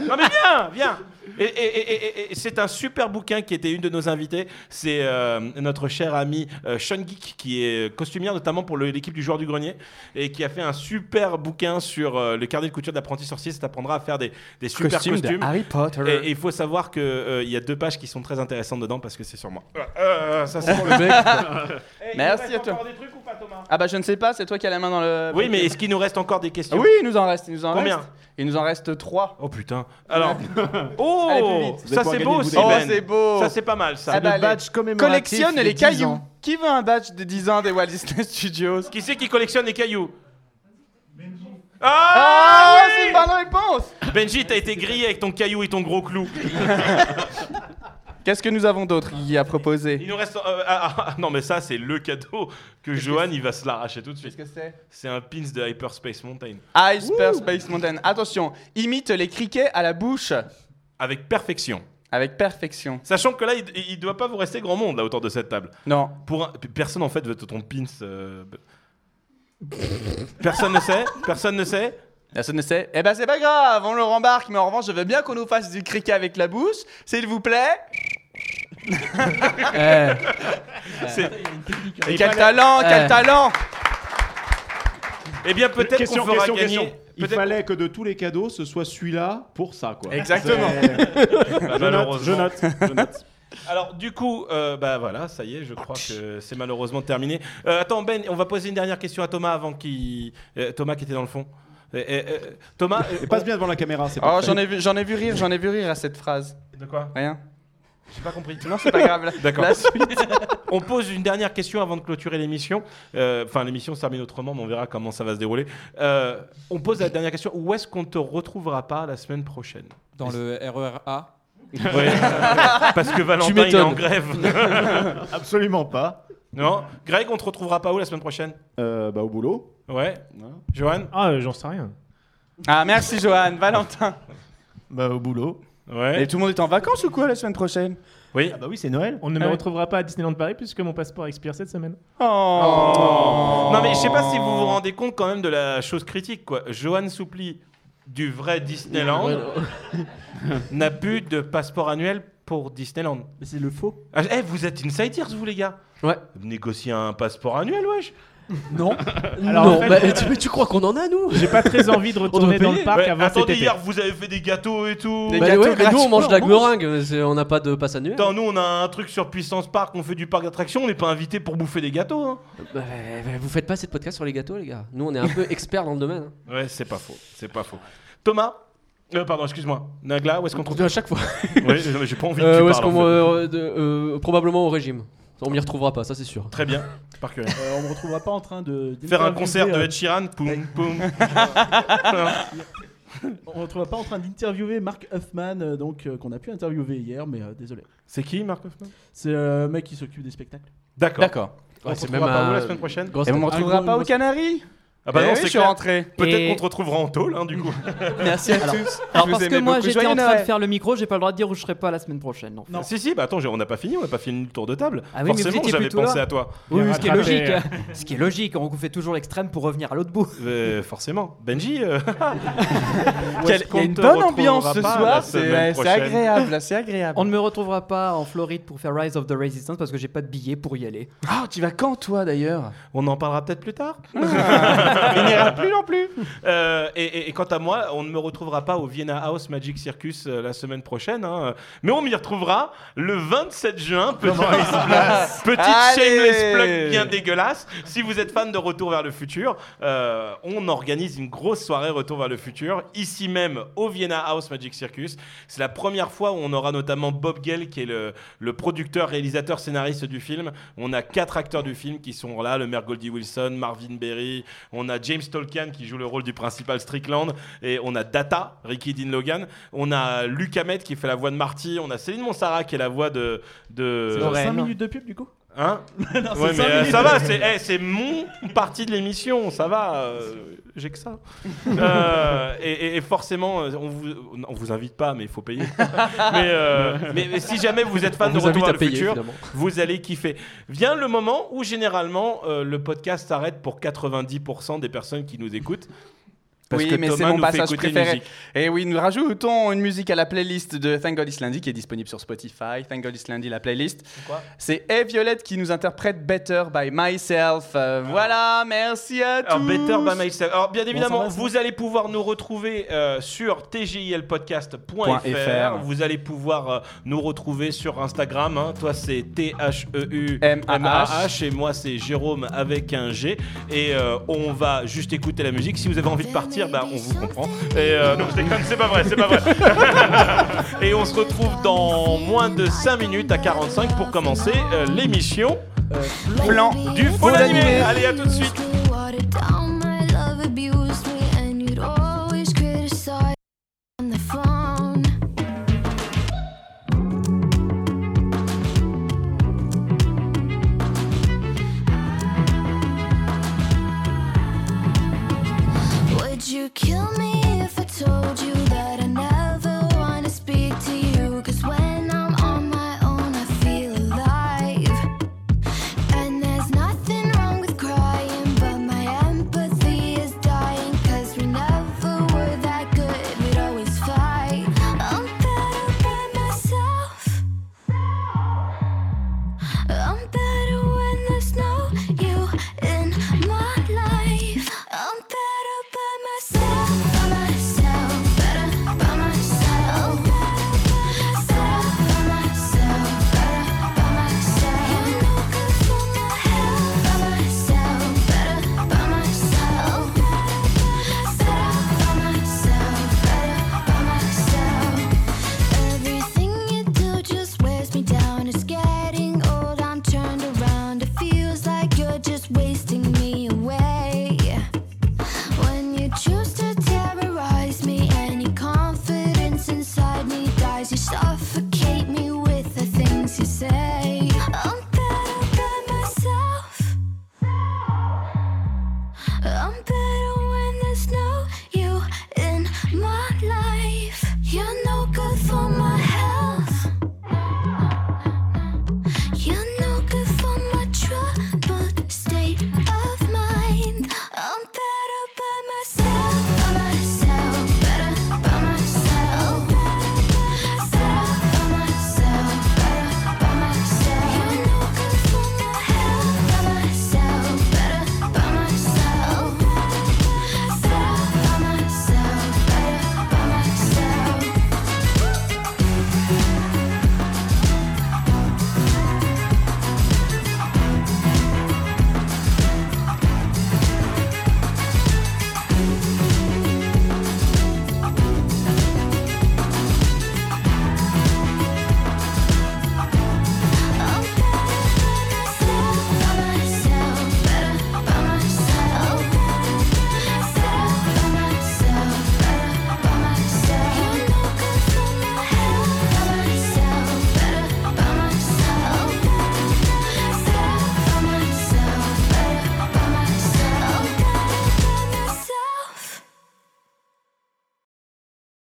non mais viens, viens. Et, et- et- et- et- et c'est un super bouquin qui était une de nos invités. C'est euh, notre cher ami euh, Sean Geek, qui est costumière notamment pour le- l'équipe du joueur du grenier, et qui a fait un super bouquin sur euh, le carnet de couture d'apprenti sorcier. Ça t'apprendra à faire des, des super
Costume de
costumes.
Harry Potter.
Et- Et il faut savoir qu'il y a deux pages qui sont très intéressantes dedans parce que c'est sur moi. Euh, ça, c'est
Oh,
pour
le
le-
mec, quoi.
Eh, il
Merci
nous
à
reste
toi.
encore des trucs ou pas, Thomas
Ah bah je ne sais pas, c'est toi qui as la main dans le.
Oui, mais est-ce qu'il nous reste encore des questions
Ah Oui, il nous en reste, il nous en
Combien
reste. Il nous en reste 3.
Oh putain. Alors. Oh Ça c'est beau aussi,
Oh,
Ben.
c'est beau
Ça c'est pas mal ça.
Ah bah, les- Collectionne les cailloux Qui veut un badge des 10 ans des Walt Disney Studios
Qui c'est qui collectionne les cailloux
Ah,
Ah,
c'est
oui
une bonne réponse
Benji, t'as été grillé avec ton caillou et ton gros clou.
Qu'est-ce que nous avons d'autre qui a proposé
Il nous reste. euh, ah, ah, ah, non, mais ça, c'est le cadeau que Johan, il va se l'arracher tout de suite.
Qu'est-ce que c'est
C'est un pins de Hyperspace Mountain.
Hyper Space Mountain. Attention, imite les criquets à la bouche.
Avec perfection.
Avec perfection.
Sachant que là, il, il doit pas vous rester grand monde là autour de cette table.
Non.
Pour un- personne en fait veut ton pins. euh, b- personne ne sait. Personne ne sait.
Personne ne sait. Eh ben c'est pas grave, on le rembarque, mais en revanche, je veux bien qu'on nous fasse du criquet avec la bouche, s'il vous plaît.
C'est-
Et quel talent, quel talent
Eh bien, peut-être
Question,
qu'on fera
question,
gagner.
question. Il
peut-être-
fallait que de tous les cadeaux, ce soit celui-là pour ça, quoi.
Exactement.
C'est-
Bah,
je, note, Ah, je
malheureusement.
note, je note.
Alors du coup, euh, bah voilà, ça y est, je crois que c'est malheureusement terminé. Euh, attends Ben, on va poser une dernière question à Thomas avant qu'il euh, Thomas qui était dans le fond. Euh, euh, euh, Thomas, euh,
Et passe bien devant la caméra, c'est
Oh,
parfait.
j'en ai, vu- j'en ai vu rire, j'en ai vu rire à cette phrase.
De quoi
Rien.
J'ai pas compris.
Non, c'est pas grave. la-
D'accord.
La suite.
On pose une dernière question avant de clôturer l'émission. Euh, Enfin, l'émission se termine autrement, mais on verra comment ça va se dérouler. Euh, on pose la dernière question. Où est-ce qu'on te retrouvera pas la semaine prochaine
Dans le E RERA.
Ouais. Parce que Valentin il est en grève.
Absolument pas.
non, Greg, on te retrouvera pas où la semaine prochaine
Euh, bah, au boulot.
Ouais. Johan
Ah, euh, j'en sais rien.
Ah, merci, Johan. Valentin.
Bah, au boulot.
Ouais.
Et tout le monde est en vacances ou quoi la semaine prochaine
Oui.
Ah, bah oui, c'est Noël.
On ne me
Ah oui.
retrouvera pas à Disneyland Paris puisque mon passeport expire cette semaine.
Oh.
Non mais je sais pas si vous vous rendez compte quand même de la chose critique quoi. Johan Soupli du vrai Disneyland n'a plus de passeport annuel pour Disneyland.
C'est le faux.
Ah, eh, vous êtes insiders vous les gars.
Ouais.
Négocier un passeport annuel wesh.
Non.
Ah
Alors,
non.
en fait-
bah, tu, mais tu crois qu'on en a nous
J'ai pas très envie de retourner dans le parc
Ouais,
avant cet
attendez
été.
hier vous avez fait des gâteaux et tout.
Des
Bah
gâteaux
ouais, mais nous on
gratuits,
mange de la
on mange.
gloringue, mais c'est- on n'a pas de passe annuel.
Attends, nous on a un truc sur Puissance Park, on fait du parc d'attractions, on n'est pas invité pour bouffer des gâteaux. hein.
Bah, bah, vous faites pas assez de podcasts sur les gâteaux, les gars. Nous on est un peu experts dans le domaine. hein.
Ouais, c'est pas faux, c'est pas faux. Thomas, Euh, pardon, excuse-moi. Nagla, où est-ce qu'on trouve
À chaque fois.
Oui, non, mais j'ai pas envie que
Euh,
tu
où est-ce
parles, en
qu'on
fait.
me- euh, de- euh, probablement au régime. On m'y retrouvera pas, ça c'est sûr.
Très bien, par curiosité.
Euh, on me retrouvera pas en train de
Faire un
d'interviewer,
concert de
euh,
Ed Sheeran, poum poum.
On me retrouvera pas en train d'interviewer Mark Huffman, euh, donc euh, qu'on a pu interviewer hier, mais euh, désolé.
C'est qui Marc Hoffman
C'est euh, le mec qui s'occupe des spectacles.
D'accord.
D'accord.
On
Ouais,
se
c'est
retrouvera
même
pas où la
un-
semaine prochaine
grosse
Et on
tête.
me retrouvera
gros-
pas aux
grosse-
Canaries
Ah bah
Eh
non,
oui,
c'est
je suis
clair.
rentré.
Peut-être
Et-
qu'on te retrouvera en tôle, hein, du coup.
Merci à tous.
Alors
Je vous
parce que
aimais
moi
beaucoup.
j'étais en
Joyeux
train de
Noël.
faire le micro, j'ai pas le droit de dire où je serai pas la semaine prochaine. en fait.
Si, si, bah attends, j'ai- on n'a pas fini, on n'a pas fini le tour de table.
Ah oui, mais vous
Forcément,
étiez
j'avais
plutôt
pensé
là.
à toi.
Bien
Oui, oui, ce qui est
rattrapé,
logique. Ce qui est logique, on fait toujours l'extrême pour revenir à l'autre bout.
Euh, forcément. Benji, euh,
Il y a-
Quel-
il y a une
qu'on te
bonne
retrouvera
ambiance ce
pas
soir,
la
c'est
semaine
ouais, c'est
prochaine.
agréable, là, c'est agréable.
On ne me retrouvera pas en Floride pour faire Rise of the Resistance parce que j'ai pas de billet pour y aller.
Ah, tu vas quand toi d'ailleurs
on en parlera peut-être plus tard. Il n'ira plus non plus. Ah. Euh, et, et- et quant à moi, on ne me retrouvera pas au Vienna House Magic Circus euh, la semaine prochaine, hein. mais on m'y retrouvera le 27 juin. Petit shameless plug- Petite
Allez
shameless plug bien dégueulasse. Si vous êtes fan de Retour vers le futur, euh, on organise une grosse soirée Retour vers le futur ici même au Vienna House Magic Circus. C'est la première fois où on aura notamment Bob Gale qui est le, le producteur, réalisateur, scénariste du film. On a quatre acteurs du film qui sont là le maire Goldie Wilson, Marvin Berry, on a James Tolkien qui joue le rôle du principal Strickland et on a Data, Ricky Dean Logan, on a Luc Hamet qui fait la voix de Marty, on a Céline Monsara qui est la voix de. de...
5 minutes de pub du coup
Hein
Non, c'est
Ouais, mais
cinq
euh,
minutes.
ça va, c'est eh, c'est mon parti de l'émission, ça va. euh, J'ai que ça. Euh, et, et- et forcément, euh, on vous, on vous invite pas, mais il faut payer. mais, euh, mais- mais si jamais vous êtes fan
On
de
vous invite
Retour vers
à
le
payer,
futur,
finalement.
vous allez kiffer. Vient le moment où généralement euh, le podcast s'arrête pour 90% des personnes qui nous écoutent. Parce
oui,
que
mais c'est
Thomas
mon
nous fait
passage
écouter une
préféré.
musique.
Et oui, nous rajoutons une musique à la playlist de Thank God It's Lundi qui est disponible sur Spotify. Thank God It's Lundi, la playlist. C'est Eve Violette qui nous interprète Better by Myself. Euh, Voilà, merci à
Ah. Alors,
tous.
Better by Myself. Alors, bien évidemment,
Bon, ça va,
vous allez pouvoir nous retrouver euh, sur
Point
tgilpodcast.fr.
fr.
Vous allez pouvoir euh, nous retrouver sur Instagram. hein. Toi, c'est E T-H-E-U-M-A-H.
M-A-H.
Et moi, c'est Jérôme avec un G. Et euh, on va juste écouter la musique. Si vous avez envie de partir, bah, on vous comprend. Et euh, non, je déconne, c'est pas vrai, c'est pas vrai. et on se retrouve dans moins de 5 minutes à 45 pour euh, commencer euh, l'émission Plan du faux animé. Allez, à tout de suite.
water down